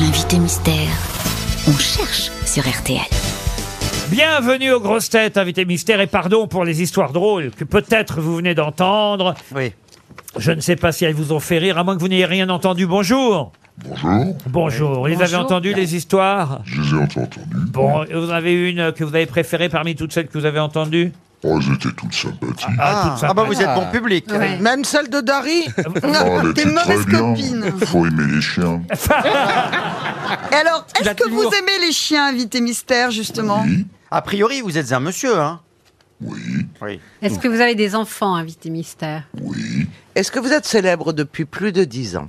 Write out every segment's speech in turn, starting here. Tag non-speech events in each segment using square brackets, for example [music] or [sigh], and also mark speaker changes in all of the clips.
Speaker 1: l'invité mystère. On cherche sur RTL.
Speaker 2: Bienvenue aux grosses têtes, invité mystère, et pardon pour les histoires drôles que peut-être vous venez d'entendre.
Speaker 3: Oui.
Speaker 2: Je ne sais pas si elles vous ont fait rire, à moins que vous n'ayez rien entendu. Bonjour.
Speaker 4: Bonjour,
Speaker 2: Bonjour. Vous les avez
Speaker 5: Bonjour.
Speaker 2: entendues, les histoires
Speaker 4: je les ai entendus.
Speaker 2: Bon, et vous en avez une euh, que vous avez préférée parmi toutes celles que vous avez entendues
Speaker 4: Oh, elles étaient toutes sympathiques.
Speaker 2: Ah, toutes
Speaker 3: Ah bah vous
Speaker 2: sympas.
Speaker 3: êtes bon public.
Speaker 5: Ouais.
Speaker 6: Même celle de Dari
Speaker 4: Oh, elles
Speaker 6: ah. T'es
Speaker 4: étaient
Speaker 6: mauvaise
Speaker 4: très bien.
Speaker 6: copine
Speaker 4: Faut aimer les chiens.
Speaker 6: Et alors,
Speaker 3: Il a
Speaker 6: est-ce que
Speaker 3: de
Speaker 6: vous
Speaker 3: l'humour.
Speaker 6: aimez les chiens invités mystères, justement
Speaker 4: Oui,
Speaker 3: [laughs] A priori, vous êtes un monsieur, hein
Speaker 4: oui,
Speaker 3: Oui.
Speaker 5: Est-ce que vous avez des enfants, invité mystère
Speaker 4: oui.
Speaker 7: Est-ce que vous êtes célèbre depuis plus de 10 ans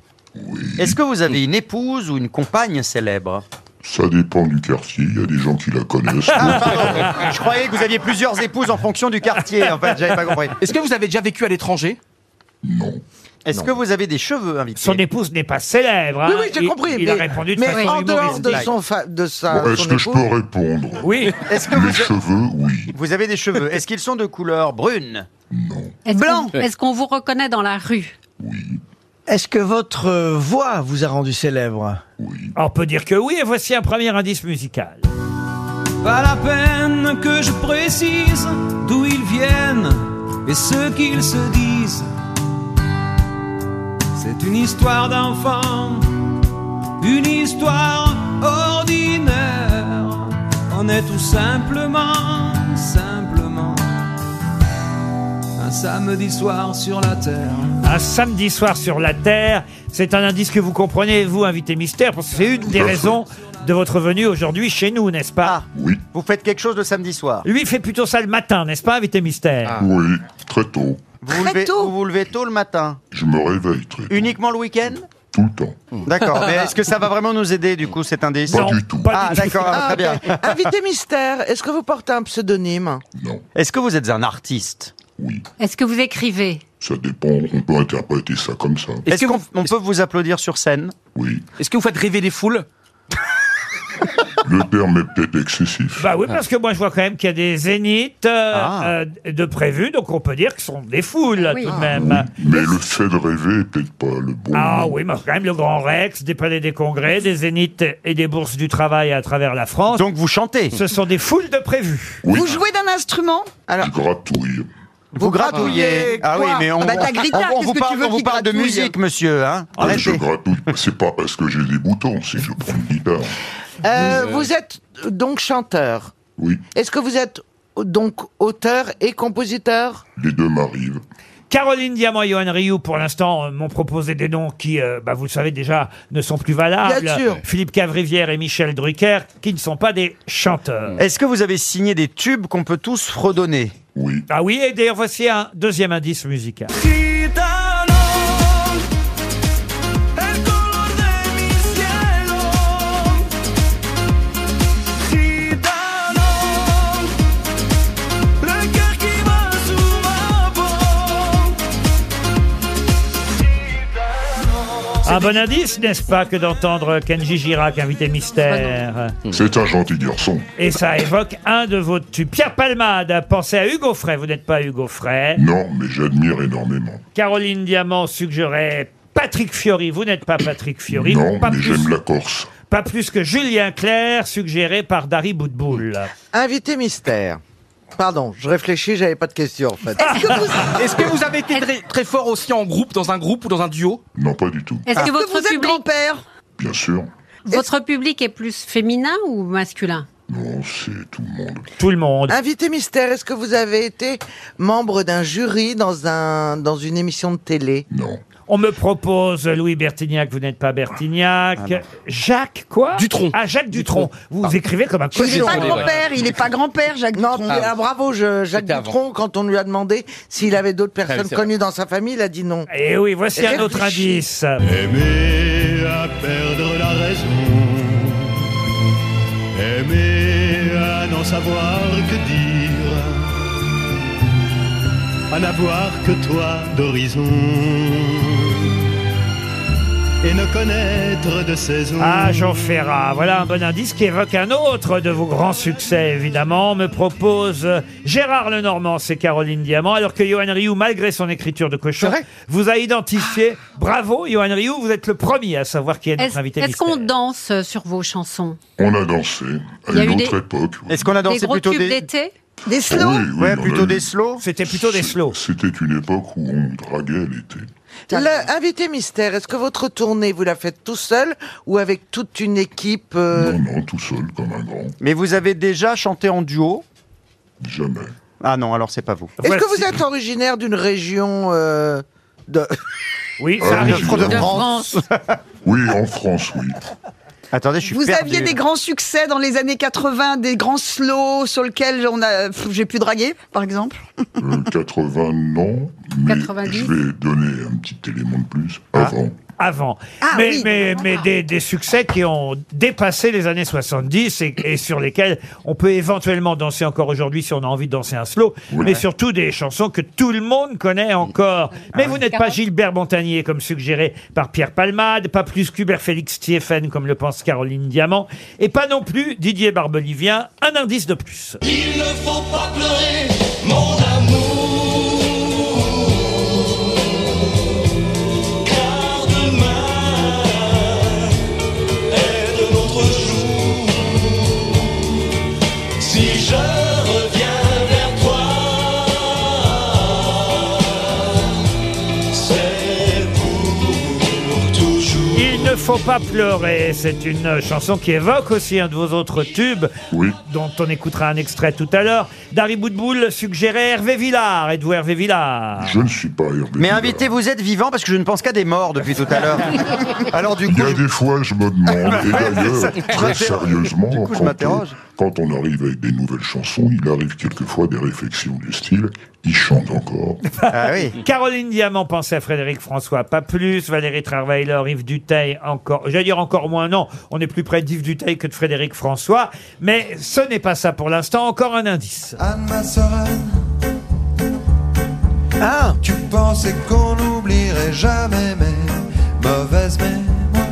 Speaker 3: Est-ce que vous avez une épouse ou une compagne célèbre
Speaker 4: Ça dépend du quartier. Il y a des gens qui la connaissent.
Speaker 6: Ah,
Speaker 4: d'autres-
Speaker 3: Je croyais que vous aviez plusieurs épouses en fonction du quartier, en fait, j'avais pas compris.
Speaker 8: Est-ce que vous avez déjà vécu à l'étranger
Speaker 4: non.
Speaker 3: Est-ce que vous avez des cheveux invités
Speaker 2: Son épouse n'est pas célèbre. hein.
Speaker 6: Oui, oui, j'ai
Speaker 2: Il-
Speaker 6: compris.
Speaker 2: Il,
Speaker 6: mais
Speaker 2: a répondu de
Speaker 6: mais
Speaker 2: façon
Speaker 6: en dehors de
Speaker 2: humoristique.
Speaker 6: son, fa- de sa,
Speaker 4: Bon, Est-ce
Speaker 6: son
Speaker 4: que je
Speaker 6: ah, épouse,
Speaker 4: peux répondre
Speaker 2: Oui.
Speaker 3: Est-ce que
Speaker 4: Les
Speaker 3: vous,
Speaker 4: cheveux, oui.
Speaker 3: vous avez des cheveux Est-ce qu'ils sont de couleur brune
Speaker 5: Est-ce
Speaker 6: Blanc.
Speaker 5: qu'on- Est-ce qu'on vous reconnaît dans la rue
Speaker 9: Est-ce que votre euh, voix vous a rendu célèbre
Speaker 2: On peut dire que oui, et voici un premier indice musical.
Speaker 10: Pas la peine que je précise d'où ils viennent et ce qu'ils se disent. C'est une histoire d'enfant, une histoire ordinaire. On est tout simplement, simplement, un samedi soir sur la terre.
Speaker 2: Un samedi soir sur la Terre, c'est un indice que vous comprenez, vous, invité mystère, parce que c'est une des raisons de votre venue aujourd'hui chez nous, n'est-ce pas
Speaker 4: Oui,
Speaker 3: Vous faites quelque chose le samedi soir
Speaker 2: Lui, il fait plutôt ça le matin, n'est-ce pas, invité mystère
Speaker 4: oui. Très tôt.
Speaker 3: vous vous,
Speaker 6: Très
Speaker 3: levez,
Speaker 6: tôt.
Speaker 3: vous vous levez tôt le matin
Speaker 4: Je me réveille très tôt.
Speaker 3: Uniquement le week-end
Speaker 4: Tout le temps.
Speaker 3: D'accord, mais est-ce que ça va vraiment nous aider du coup cet indice
Speaker 4: Pas du tout.
Speaker 2: Pas
Speaker 3: Ah
Speaker 2: du tout.
Speaker 3: d'accord, très bien.
Speaker 7: Invité mystère, est-ce que vous portez un pseudonyme
Speaker 4: Non.
Speaker 3: Est-ce que vous êtes un artiste
Speaker 4: Oui.
Speaker 5: Est-ce que vous écrivez
Speaker 4: Ça dépend. On peut interpréter ça comme ça.
Speaker 8: Est-ce
Speaker 3: Est-ce
Speaker 8: que,
Speaker 3: qu'on
Speaker 8: vous-
Speaker 3: on peut vous applaudir sur scène
Speaker 4: Oui.
Speaker 8: est-ce que vous faites rêver les foules
Speaker 4: Le terme est peut-être excessif.
Speaker 2: Bah oui, parce que moi, je vois quand même qu'il y a des zéniths euh,
Speaker 3: Ah.
Speaker 2: euh, de prévus, donc on peut dire que ce sont des foules,
Speaker 5: Oui.
Speaker 2: tout de même.
Speaker 4: Mais le fait de rêver est peut-être pas le bon.
Speaker 2: Ah
Speaker 4: mot.
Speaker 2: oui, mais quand même, le Grand Rex, des palais des congrès, des zéniths et des bourses du travail à travers la France,
Speaker 3: Donc vous chantez
Speaker 2: ce sont des foules de prévus.
Speaker 4: Oui.
Speaker 6: Vous jouez d'un instrument
Speaker 4: Je gratouille. Euh,
Speaker 3: Vous gratouillez.
Speaker 6: gratouillez,
Speaker 3: Ah oui,
Speaker 6: quoi
Speaker 3: mais on,
Speaker 6: Ah bah, t'as Greta,
Speaker 3: on- on
Speaker 6: qu'est-ce
Speaker 3: vous
Speaker 6: que
Speaker 3: parle,
Speaker 6: tu veux
Speaker 3: on vous
Speaker 6: qu'il
Speaker 3: parle de
Speaker 6: gratouille
Speaker 3: musique, monsieur. Hein
Speaker 4: Oui, je
Speaker 3: Arrêtez.
Speaker 4: gratouille. C'est pas parce que j'ai des boutons, c'est que je prends une guitare.
Speaker 7: Euh, Vous êtes euh, donc chanteur.
Speaker 4: Oui,
Speaker 7: Est-ce que vous êtes euh, donc auteur et compositeur
Speaker 4: les deux m'arrivent.
Speaker 2: Caroline Diamant et Johan Rioux, pour l'instant, euh, m'ont proposé des noms qui, euh, bah, vous le savez déjà, ne sont plus valables.
Speaker 7: Bien sûr.
Speaker 2: Philippe Cavrivière et Michel Drucker, qui ne sont pas des chanteurs.
Speaker 3: Est-ce que vous avez signé des tubes qu'on peut tous fredonner
Speaker 4: Oui,
Speaker 2: Ah oui, et d'ailleurs, voici un deuxième indice musical.
Speaker 10: Gitano, el color de mi cielo. Gitano, le cœur qui bat sous ma peau.
Speaker 2: Un bon indice, n'est-ce pas, que d'entendre Kenji Girac, invité mystère.
Speaker 5: Mhm.
Speaker 4: c'est un gentil garçon.
Speaker 2: Et ça évoque un de vos tubes. Pierre Palmade, pensez à Hugo Frey. Vous n'êtes pas Hugo Frey.
Speaker 4: Non, mais j'admire énormément.
Speaker 2: Caroline Diamant suggérait Patrick Fiori. Vous n'êtes pas Patrick Fiori.
Speaker 4: non,
Speaker 2: pas,
Speaker 4: mais j'aime
Speaker 2: plus,
Speaker 4: la Corse.
Speaker 2: pas plus que Julien Clerc, suggéré par Dari Boudboul.
Speaker 7: Invité mystère. Pardon, je réfléchis, j'avais pas de question en fait.
Speaker 6: Est-ce que
Speaker 7: [laughs]
Speaker 6: vous,
Speaker 8: Est-ce que vous avez été très, très fort aussi en groupe, dans un groupe ou dans un duo
Speaker 4: Non, pas du tout.
Speaker 5: Est-ce que
Speaker 6: Ah. est-ce que
Speaker 5: votre,
Speaker 6: vous êtes
Speaker 5: public,
Speaker 6: grand-père
Speaker 4: Bien sûr.
Speaker 5: votre public est plus féminin ou masculin
Speaker 4: Non, c'est tout le monde.
Speaker 2: Tout le monde.
Speaker 7: Invité mystère, est-ce que vous avez été membre d'un jury dans, un, dans une émission de télé
Speaker 4: Non.
Speaker 2: On me propose Louis Bertignac, vous n'êtes pas Bertignac. Jacques, quoi
Speaker 8: Dutronc.
Speaker 2: Ah, Jacques Dutronc. Vous écrivez comme un
Speaker 6: Il n'est
Speaker 2: cochon.
Speaker 6: pas grand-père, il n'est pas grand-père, Jacques
Speaker 7: Non,
Speaker 6: Dutronc.
Speaker 7: mais, ah, bravo, je, Jacques
Speaker 8: C'était avant.
Speaker 7: Dutronc, quand on lui a demandé s'il avait d'autres
Speaker 8: Ah
Speaker 7: personnes
Speaker 8: oui, c'est
Speaker 7: connues dans sa famille, il a dit non.
Speaker 2: Et Eh oui, voici un autre indice.
Speaker 7: Réfléchis.
Speaker 10: Aimer à perdre la raison. Aimer à n'en savoir que dire. À n'avoir que toi d'horizon.
Speaker 11: et ne connaître de saison.
Speaker 2: Ah, Jean Ferrat, voilà un bon indice qui évoque un autre de vos grands succès, évidemment. Me propose euh, Gérard Lenormand, c'est Caroline Diamant, alors que Johan Rioux, malgré son écriture de cochon, vous a identifié. Bravo, Johan Rioux, vous êtes le premier à savoir qui est notre
Speaker 5: Est-ce
Speaker 2: invité
Speaker 5: est-ce
Speaker 2: mystère.
Speaker 5: qu'on danse euh, sur vos chansons
Speaker 4: On a dansé à
Speaker 5: Il y a
Speaker 4: une
Speaker 5: eu
Speaker 4: autre
Speaker 5: des-
Speaker 4: époque.
Speaker 3: Est-ce qu'on a
Speaker 5: Des
Speaker 3: dansé
Speaker 5: gros
Speaker 3: plutôt
Speaker 5: tubes
Speaker 3: des...
Speaker 5: d'été
Speaker 6: Des slows
Speaker 4: Oui, oui,
Speaker 3: Ouais,
Speaker 4: on a
Speaker 3: plutôt
Speaker 4: eu-
Speaker 3: des slows
Speaker 2: C'était plutôt des slows.
Speaker 4: C'était une époque où on draguait l'été.
Speaker 7: Le- invité mystère, est-ce que votre tournée, vous la faites tout seul ou avec toute une équipe euh,
Speaker 4: Non, non, tout seul, comme un grand.
Speaker 3: Mais vous avez déjà chanté en duo
Speaker 4: Jamais.
Speaker 3: Ah non, alors c'est pas vous.
Speaker 7: Est-ce que
Speaker 2: Voici-
Speaker 7: vous êtes originaire d'une région euh, de...
Speaker 2: Oui,
Speaker 4: Ah,
Speaker 2: ça arrive.
Speaker 4: oui, évidemment.
Speaker 5: de France.
Speaker 4: Oui, en France, oui.
Speaker 3: Attendez, je suis
Speaker 6: Vous
Speaker 3: perdu,
Speaker 6: aviez
Speaker 3: là.
Speaker 6: des grands succès dans les années 80, des grands slows sur lesquels on a, pff, j'ai pu draguer, par exemple.
Speaker 4: Euh,
Speaker 5: [laughs]
Speaker 4: 80, non. Mais
Speaker 5: 90.
Speaker 4: je vais donner un petit élément de plus. Avant.
Speaker 2: avant.
Speaker 6: Ah
Speaker 2: mais
Speaker 6: oui,
Speaker 2: mais,
Speaker 6: voilà.
Speaker 2: mais des, des succès qui ont dépassé les années 70 et, et sur lesquels on peut éventuellement danser encore aujourd'hui si on a envie de danser un slow,
Speaker 4: Oui.
Speaker 2: mais surtout des chansons que tout le monde connaît encore.
Speaker 6: Ah
Speaker 2: Mais vous n'êtes pas Gilbert Montagnier comme suggéré par Pierre Palmade, pas plus qu'Hubert Félix Thiéphane comme le pense Caroline Diamant, et pas non plus Didier Barbelivien, un indice de plus.
Speaker 10: Il ne faut pas pleurer, mon amour. Car demain est de notre jour. Si je reviens vers toi, c'est pour toujours.
Speaker 2: Il ne faut pas pleurer, c'est une chanson qui évoque aussi un de vos autres tubes,
Speaker 4: Oui.
Speaker 2: dont on écoutera un extrait tout à l'heure. Dari Boudboul suggérait Hervé Villard. Êtes-vous Hervé Villard
Speaker 4: Je ne suis pas Hervé.
Speaker 3: Mais
Speaker 4: Villard.
Speaker 3: invitez, vous êtes vivant parce que je ne pense qu'à des morts depuis tout à l'heure. Alors du
Speaker 4: Il
Speaker 3: coup,
Speaker 4: y a des fois, je me
Speaker 2: [laughs]
Speaker 4: demande, et
Speaker 3: ça,
Speaker 4: d'ailleurs,
Speaker 3: je
Speaker 4: très
Speaker 3: m'interroge.
Speaker 4: sérieusement,
Speaker 3: Du coup, je
Speaker 4: quand, on,
Speaker 3: m'interroge.
Speaker 4: quand on arrive avec des nouvelles chansons, il arrive quelquefois des réflexions du style « il chante encore
Speaker 3: ah oui.
Speaker 2: Caroline Diamant pensait à Frédéric François, pas plus. Valérie Travailer, Yves Duteil, encore. J'allais dire encore moins, non. On est plus près d'Yves Duteil que de Frédéric François. Mais ce n'est pas ça pour l'instant. Encore un indice.
Speaker 10: Anna Soren,
Speaker 9: Ah,
Speaker 10: tu pensais qu'on n'oublierait jamais, mais mauvaise mémoire.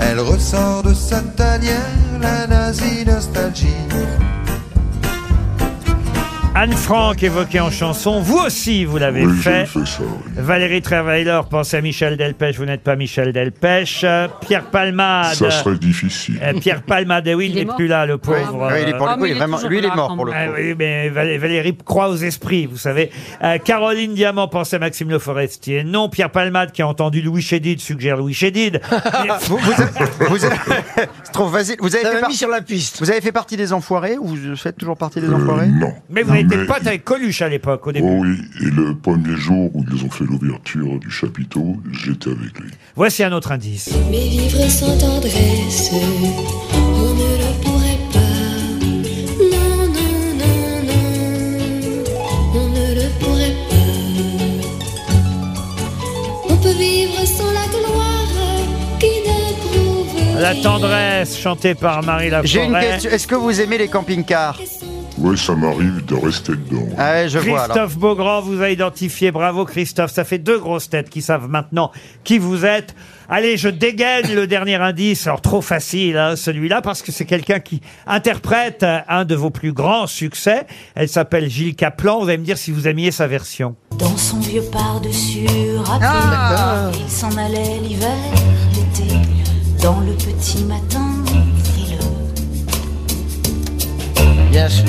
Speaker 10: Elle ressort de sa tanière, la nazie nostalgie.
Speaker 2: Anne Frank évoquée en chanson. Vous aussi, vous ». l'avez
Speaker 4: Oui,
Speaker 2: fait.
Speaker 4: j'ai fait ça. oui.
Speaker 2: Valérie Travailer pense à Michel Delpech. Vous n'êtes pas Michel Delpech. Euh, Pierre Palmade.
Speaker 4: Ça serait difficile.
Speaker 2: Euh, Pierre Palmade, eh oui, il,
Speaker 5: Il est
Speaker 2: n'est
Speaker 5: mort.
Speaker 2: plus là, le
Speaker 3: Oui,
Speaker 2: pauvre. euh,
Speaker 3: oui, il est pour le
Speaker 5: Ah,
Speaker 3: coup, il
Speaker 5: mais
Speaker 3: est
Speaker 5: il est
Speaker 3: vraiment,
Speaker 5: toujours
Speaker 3: lui, il est
Speaker 5: là,
Speaker 3: mort
Speaker 5: quand
Speaker 3: pour le
Speaker 2: Ah
Speaker 3: coup.
Speaker 2: oui, mais Val- Valérie croit aux esprits, vous savez. Euh, Caroline Diamant pense à Maxime Le Forestier. Non, Pierre Palmade qui a entendu Louis Chédid suggère Louis
Speaker 4: [laughs]
Speaker 2: Chédid. Mais-
Speaker 3: Vous, vous avez- vous avez- [laughs] c'est trop facile. Vous avez,
Speaker 9: ça
Speaker 3: fait
Speaker 9: m'a
Speaker 3: par-
Speaker 9: mis sur la piste.
Speaker 3: vous avez fait partie des enfoirés ou vous faites toujours partie des
Speaker 4: Euh,
Speaker 3: enfoirés
Speaker 4: non.
Speaker 2: mais vous
Speaker 4: Non,
Speaker 2: n'étiez
Speaker 4: mais-
Speaker 2: pas avec Coluche à l'époque, au début.
Speaker 4: Oh oui, et le premier jour où ils ont fait l'ouverture du chapiteau, j'étais avec lui.
Speaker 2: Voici un autre indice.
Speaker 12: Mais vivre sans tendresse, on ne le pourrait pas. Non, non, non, non, on ne le pourrait pas. On peut vivre sans la gloire qui ne prouve
Speaker 2: La
Speaker 12: rien.
Speaker 2: tendresse chantée par Marie
Speaker 3: J'ai une
Speaker 2: Laforêt.
Speaker 3: question. Est-ce que vous aimez les camping-cars
Speaker 4: Oui, ça m'arrive de rester dedans.
Speaker 3: Ah ouais, je vois. Alors.
Speaker 2: Christophe Beaugrand vous a identifié. Bravo Christophe. Ça fait deux grosses têtes qui savent maintenant qui vous êtes. Allez, je dégaine le dernier indice. Alors trop facile hein, celui-là parce que c'est quelqu'un qui interprète euh, un de vos plus grands succès. Elle s'appelle Gilles Caplan. Vous allez me dire si vous aimiez sa version.
Speaker 12: Dans son vieux par-dessus
Speaker 6: Ah.
Speaker 12: râpé, il s'en allait l'hiver, l'été, dans le petit matin frileux.
Speaker 9: Bien sûr.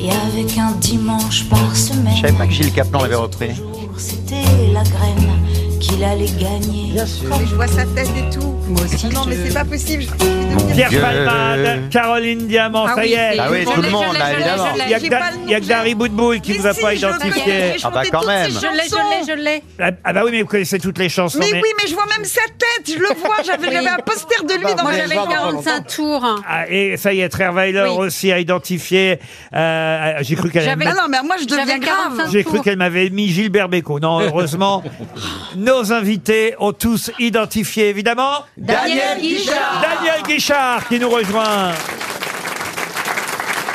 Speaker 12: Et avec un dimanche par
Speaker 3: Je savais
Speaker 12: semaine,
Speaker 3: pas que Gilles Caplan l'avait repris.
Speaker 12: jour, c'était la graine qu'il allait gagner.
Speaker 9: Bien sûr.
Speaker 6: Oh, Mais je vois sa tête et tout.
Speaker 5: Moi aussi,
Speaker 6: Ah non, mais
Speaker 5: je-
Speaker 6: c'est pas possible. je suis devenue-
Speaker 2: Pierre
Speaker 3: Dieu.
Speaker 2: Palmade, Caroline Diamant,
Speaker 5: Ah
Speaker 2: ça
Speaker 5: oui,
Speaker 2: y est.
Speaker 5: c'est-
Speaker 3: Ah oui,
Speaker 5: je
Speaker 3: tout le
Speaker 5: l'ai, je
Speaker 3: monde,
Speaker 5: l'ai,
Speaker 3: là,
Speaker 5: je l'ai, je
Speaker 3: évidemment.
Speaker 2: Il
Speaker 5: l'ai.
Speaker 2: y a que,
Speaker 6: j'ai
Speaker 2: Da-
Speaker 6: pas le nom,
Speaker 2: il y a que Dari Boudboul qui
Speaker 6: Mais
Speaker 2: vous a
Speaker 6: si,
Speaker 2: pas
Speaker 6: je le connais,
Speaker 2: identifié.
Speaker 6: j'ai
Speaker 3: Ah bah,
Speaker 6: chanté
Speaker 3: quand
Speaker 6: toutes ces
Speaker 3: même.
Speaker 5: Je l'ai,
Speaker 6: chansons.
Speaker 5: je l'ai, je l'ai.
Speaker 2: Ah ah bah oui, mais vous connaissez toutes les chansons.
Speaker 6: Mais
Speaker 2: mais-
Speaker 6: oui, mais je vois même sa tête, je le [laughs] vois, j'avais
Speaker 5: Oui.
Speaker 6: j'avais un poster de lui dans
Speaker 5: Moi,
Speaker 6: ma
Speaker 5: j'avais
Speaker 6: chambre.
Speaker 5: 45 tours.
Speaker 2: Ah, et ça y est, Trerweiler
Speaker 5: Oui.
Speaker 2: aussi a identifié. euh, j'ai cru qu'elle
Speaker 5: J'avais-
Speaker 2: allait me
Speaker 6: Ah non, mais moi je deviens
Speaker 5: J'avais
Speaker 6: grave.
Speaker 5: 45
Speaker 2: J'ai cru qu'elle m'avait mis Gilbert Bécaud. Non, heureusement, nos invités ont tous identifié, évidemment,
Speaker 5: Daniel Guichard.
Speaker 2: Daniel Guichard qui nous rejoint.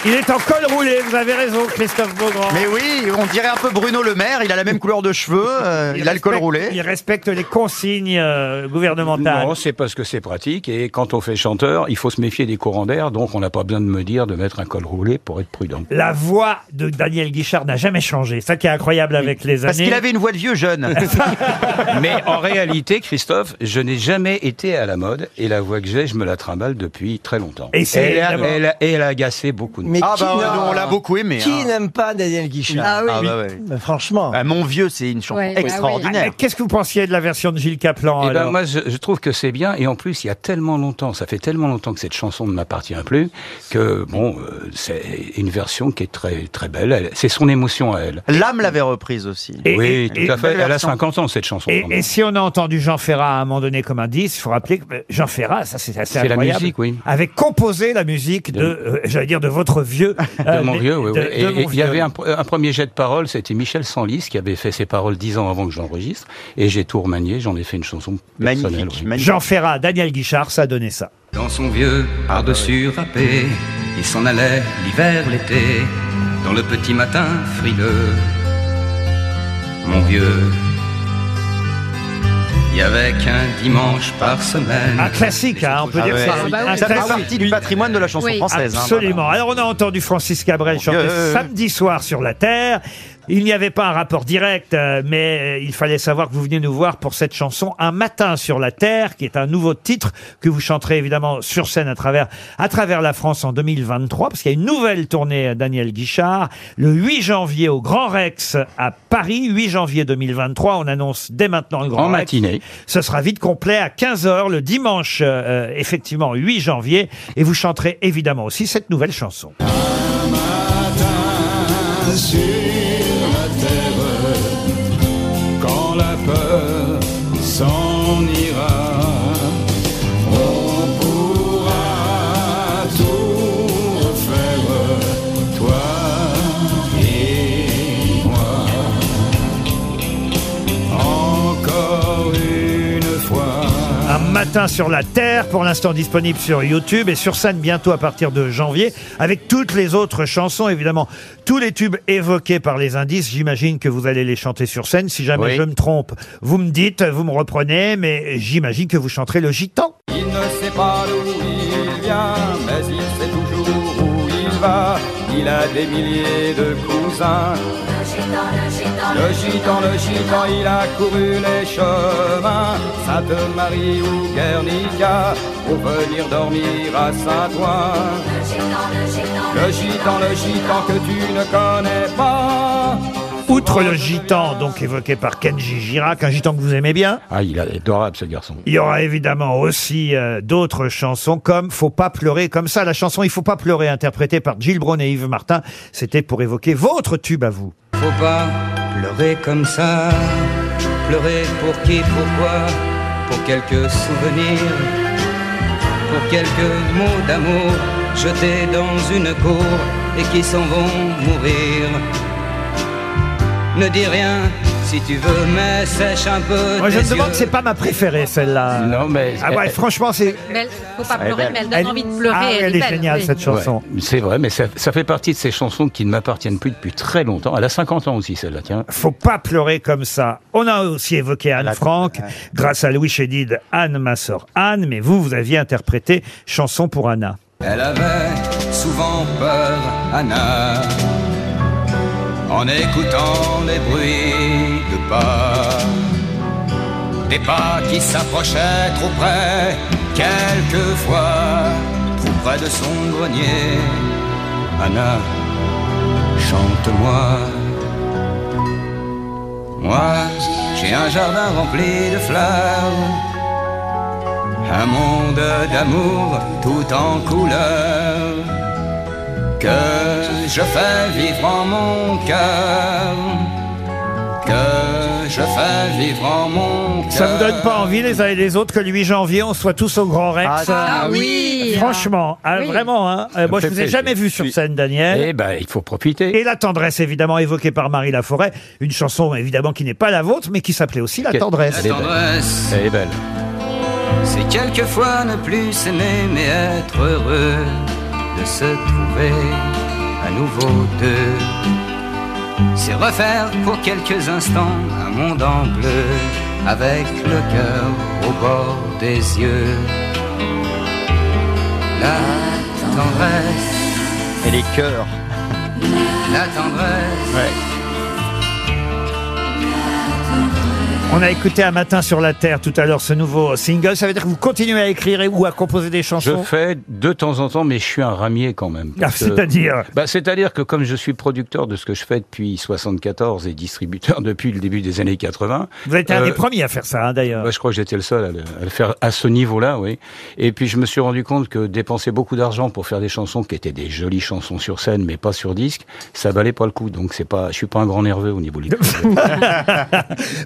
Speaker 2: Il est en col roulé, vous avez raison, Christophe Beaugrand.
Speaker 3: Mais oui, on dirait un peu Bruno Le Maire, il a la même couleur de cheveux, euh, il, a le col
Speaker 2: respecte-
Speaker 3: roulé.
Speaker 2: Il respecte les consignes euh, gouvernementales.
Speaker 13: Non, c'est parce que c'est pratique et quand on fait chanteur, il faut se méfier des courants d'air, donc on n'a pas besoin de me dire de mettre un col roulé pour être prudent.
Speaker 2: La voix de Daniel Guichard n'a jamais changé. Ça qui est incroyable avec les années. Ah,
Speaker 13: Parce qu'il avait
Speaker 3: une voix de vieux jeune.
Speaker 13: Mais en réalité, Christophe, je n'ai jamais été à la mode et la voix que j'ai, je me la trimballe depuis très longtemps.
Speaker 2: Et c'est-
Speaker 13: elle, a,
Speaker 2: d'abord-
Speaker 13: elle a- et elle a agacé beaucoup de
Speaker 3: Mais
Speaker 13: monde.
Speaker 3: Ah qui bah ouais, n'a- nous, on l'a beaucoup aimé,
Speaker 9: Qui
Speaker 3: hein.
Speaker 9: n'aime pas Daniel Guichard
Speaker 3: Ah oui. Ah bah ouais.
Speaker 9: Bah, Franchement.
Speaker 3: Ah, mon vieux, c'est une chanson
Speaker 9: Ouais.
Speaker 3: extraordinaire.
Speaker 2: Ah, mais Qu'est-ce que vous pensiez de la version de Gilles Caplan
Speaker 13: Eh ben,
Speaker 2: alors
Speaker 13: moi, je, je trouve que c'est bien. Et en plus, il y a tellement longtemps, ça fait tellement longtemps que cette chanson ne m'appartient plus que bon, euh, c'est une version qui est très très belle. Elle- C'est son émotion à elle.
Speaker 3: L'âme l'avait reprise aussi.
Speaker 13: oui,
Speaker 2: et-
Speaker 13: tout
Speaker 2: et-
Speaker 13: à fait.
Speaker 2: belle
Speaker 13: Elle a
Speaker 2: version.
Speaker 13: 50 ans cette chanson.
Speaker 2: Et,
Speaker 13: quand même.
Speaker 2: et si on a entendu Jean Ferrat à un moment donné comme indice, il faut rappeler que euh, Jean Ferrat, ça c'est assez
Speaker 13: C'est la
Speaker 2: incroyable,
Speaker 13: musique, oui.
Speaker 2: avait composé la musique de, euh, j'allais dire, de votre vieux. euh,
Speaker 13: [laughs] de mon
Speaker 2: mais-
Speaker 13: vieux, oui,
Speaker 2: de-
Speaker 13: oui. Et-
Speaker 2: de
Speaker 13: et
Speaker 2: mon
Speaker 13: il y
Speaker 2: vieux.
Speaker 13: avait un, pr- un premier jet de parole, c'était Michel Sanlis qui avait fait ses paroles dix ans avant que j'enregistre. Et j'ai tout remanié, j'en ai fait une chanson personnelle. oui.
Speaker 2: Jean Ferrat, Daniel Guichard, ça donnait ça.
Speaker 14: Dans son vieux par-dessus râpé, il s'en allait l'hiver, l'été, dans le petit matin frileux. Mon vieux, il y avait qu'un dimanche par semaine.
Speaker 2: Un classique, hein, on peut
Speaker 3: Ah
Speaker 2: dire
Speaker 3: ouais.
Speaker 2: ça.
Speaker 3: Ah bah oui.
Speaker 2: Un
Speaker 3: Ça fait
Speaker 2: classique.
Speaker 3: partie du patrimoine de la chanson Oui. française, hein,
Speaker 2: Absolument. Alors on a entendu Francis Cabrel chanter
Speaker 3: euh,
Speaker 2: samedi soir sur la Terre. Il n'y avait pas un rapport direct, euh, mais euh, il fallait savoir que vous venez nous voir pour cette chanson Un matin sur la Terre, qui est un nouveau titre que vous chanterez évidemment sur scène à travers, à travers la France en 2023, parce qu'il y a une nouvelle tournée à Daniel Guichard, le 8 janvier au Grand Rex à Paris, 8 janvier 2023. On annonce dès maintenant le Grand
Speaker 13: En
Speaker 2: Rex.
Speaker 13: matinée.
Speaker 2: Ce sera vite complet à 15h le dimanche, euh, effectivement, 8 janvier. Et vous chanterez évidemment aussi cette nouvelle chanson.
Speaker 12: Sur la terre, quand la peur s'en ira, on pourra tout refaire, toi et moi. Encore une fois.
Speaker 2: Un matin sur la Terre, pour l'instant disponible sur YouTube et sur scène bientôt à partir de janvier, avec toutes les autres chansons, évidemment. Tous les tubes évoqués par les indices, j'imagine que vous allez les chanter sur scène. Si jamais
Speaker 14: Oui.
Speaker 2: je me trompe, vous me dites, vous me reprenez, mais j'imagine que vous chanterez le gitan.
Speaker 14: Il ne sait pas d'où il vient, mais il sait toujours où il va. Il a des milliers de cousins. Le gitan, le gitan, il a couru les chemins. Sainte-Marie ou Guernica, pour venir dormir à Saint-Ouen. Le gitan, le gitan que tu ne connais pas.
Speaker 2: Outre le gitan, donc évoqué par Kenji Girac, un gitan que vous aimez bien.
Speaker 13: Ah, il est adorable ce garçon.
Speaker 2: Il y aura évidemment aussi euh, d'autres chansons comme Faut pas pleurer comme ça. La chanson Il faut pas pleurer interprétée par Gilles Braun et Yves Martin, c'était pour évoquer votre tube à vous.
Speaker 14: Faut pas pleurer comme ça. Pleurer pour qui, pourquoi Pour quelques souvenirs, pour quelques mots d'amour jetés dans une cour et qui s'en vont mourir. Ne dis rien si tu veux, mais sèche un peu.
Speaker 2: Moi, je
Speaker 14: tes
Speaker 2: me demande,
Speaker 14: yeux.
Speaker 2: c'est pas ma préférée celle-là.
Speaker 13: Non mais
Speaker 2: Ah ouais, franchement, c'est
Speaker 5: Mais elle- faut pas
Speaker 13: Elle est
Speaker 5: pleurer,
Speaker 13: belle.
Speaker 5: mais elle donne
Speaker 2: Elle-
Speaker 5: envie de pleurer.
Speaker 2: Ah, elle est
Speaker 5: belle,
Speaker 2: géniale,
Speaker 5: oui.
Speaker 2: cette chanson.
Speaker 13: Ouais, c'est vrai, mais ça, ça fait partie de ces chansons qui ne m'appartiennent plus depuis très longtemps. Elle a 50 ans aussi celle-là, tiens.
Speaker 2: faut pas pleurer comme ça. On a aussi évoqué Anne Frank, grâce à Louis Chédid, Anne, ma sœur Anne, mais vous, vous aviez interprété Chanson pour Anna.
Speaker 14: Elle avait souvent peur, Anna, en écoutant les bruits de pas, des pas qui s'approchaient trop près, quelquefois, trop près de son grenier. Anna, chante-moi. Moi, j'ai un jardin rempli de fleurs. Un monde d'amour tout en couleur Que je fais vivre en mon cœur Que je fais vivre en mon cœur
Speaker 2: Ça vous donne pas envie les uns et les autres que le 8 janvier on soit tous au Grand Rex
Speaker 14: Ah, ah oui.
Speaker 2: Franchement, ah,
Speaker 14: Oui.
Speaker 2: vraiment. Hein. Euh,
Speaker 13: Ça
Speaker 2: moi
Speaker 13: me
Speaker 2: je
Speaker 13: fait
Speaker 2: vous ai
Speaker 13: plaisir.
Speaker 2: jamais vu sur scène, Daniel.
Speaker 13: Eh ben, il faut profiter.
Speaker 2: Et la tendresse évidemment évoquée par Marie Laforêt, une chanson évidemment qui n'est pas la vôtre mais qui s'appelait aussi La
Speaker 13: Qu'est-
Speaker 2: tendresse.
Speaker 13: Elle est belle. Elle est belle.
Speaker 14: C'est quelquefois ne plus s'aimer mais être heureux de se trouver
Speaker 7: à nouveau deux. C'est refaire pour quelques instants un monde en bleu, avec le cœur au bord des yeux. La tendresse.
Speaker 3: Et les cœurs.
Speaker 7: La tendresse.
Speaker 2: On a écouté un matin sur la terre tout à l'heure ce nouveau single. Ça veut dire que vous continuez à écrire et- ou à composer des
Speaker 13: Je
Speaker 2: chansons
Speaker 13: fais de temps en temps, mais je suis un ramier quand même.
Speaker 2: Ah,
Speaker 13: Parce que-
Speaker 2: c'est-à-dire
Speaker 13: bah, C'est-à-dire que comme je suis producteur de ce que je fais depuis 74 et distributeur [laughs] depuis le début des années 80...
Speaker 2: Vous êtes un
Speaker 13: euh,
Speaker 2: des premiers à faire ça, hein, d'ailleurs.
Speaker 13: bah, je crois que j'étais le seul à le, à le faire à ce niveau-là, oui. Et puis je me suis rendu compte que dépenser beaucoup d'argent pour faire des chansons qui étaient des jolies chansons sur scène, mais pas sur disque, ça valait pas le coup. Donc c'est pas, je suis pas
Speaker 2: [laughs]
Speaker 13: un grand nerveux au niveau du.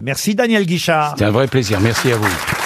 Speaker 2: Merci Daniel Guichard.
Speaker 13: C'est un vrai plaisir. Merci à vous.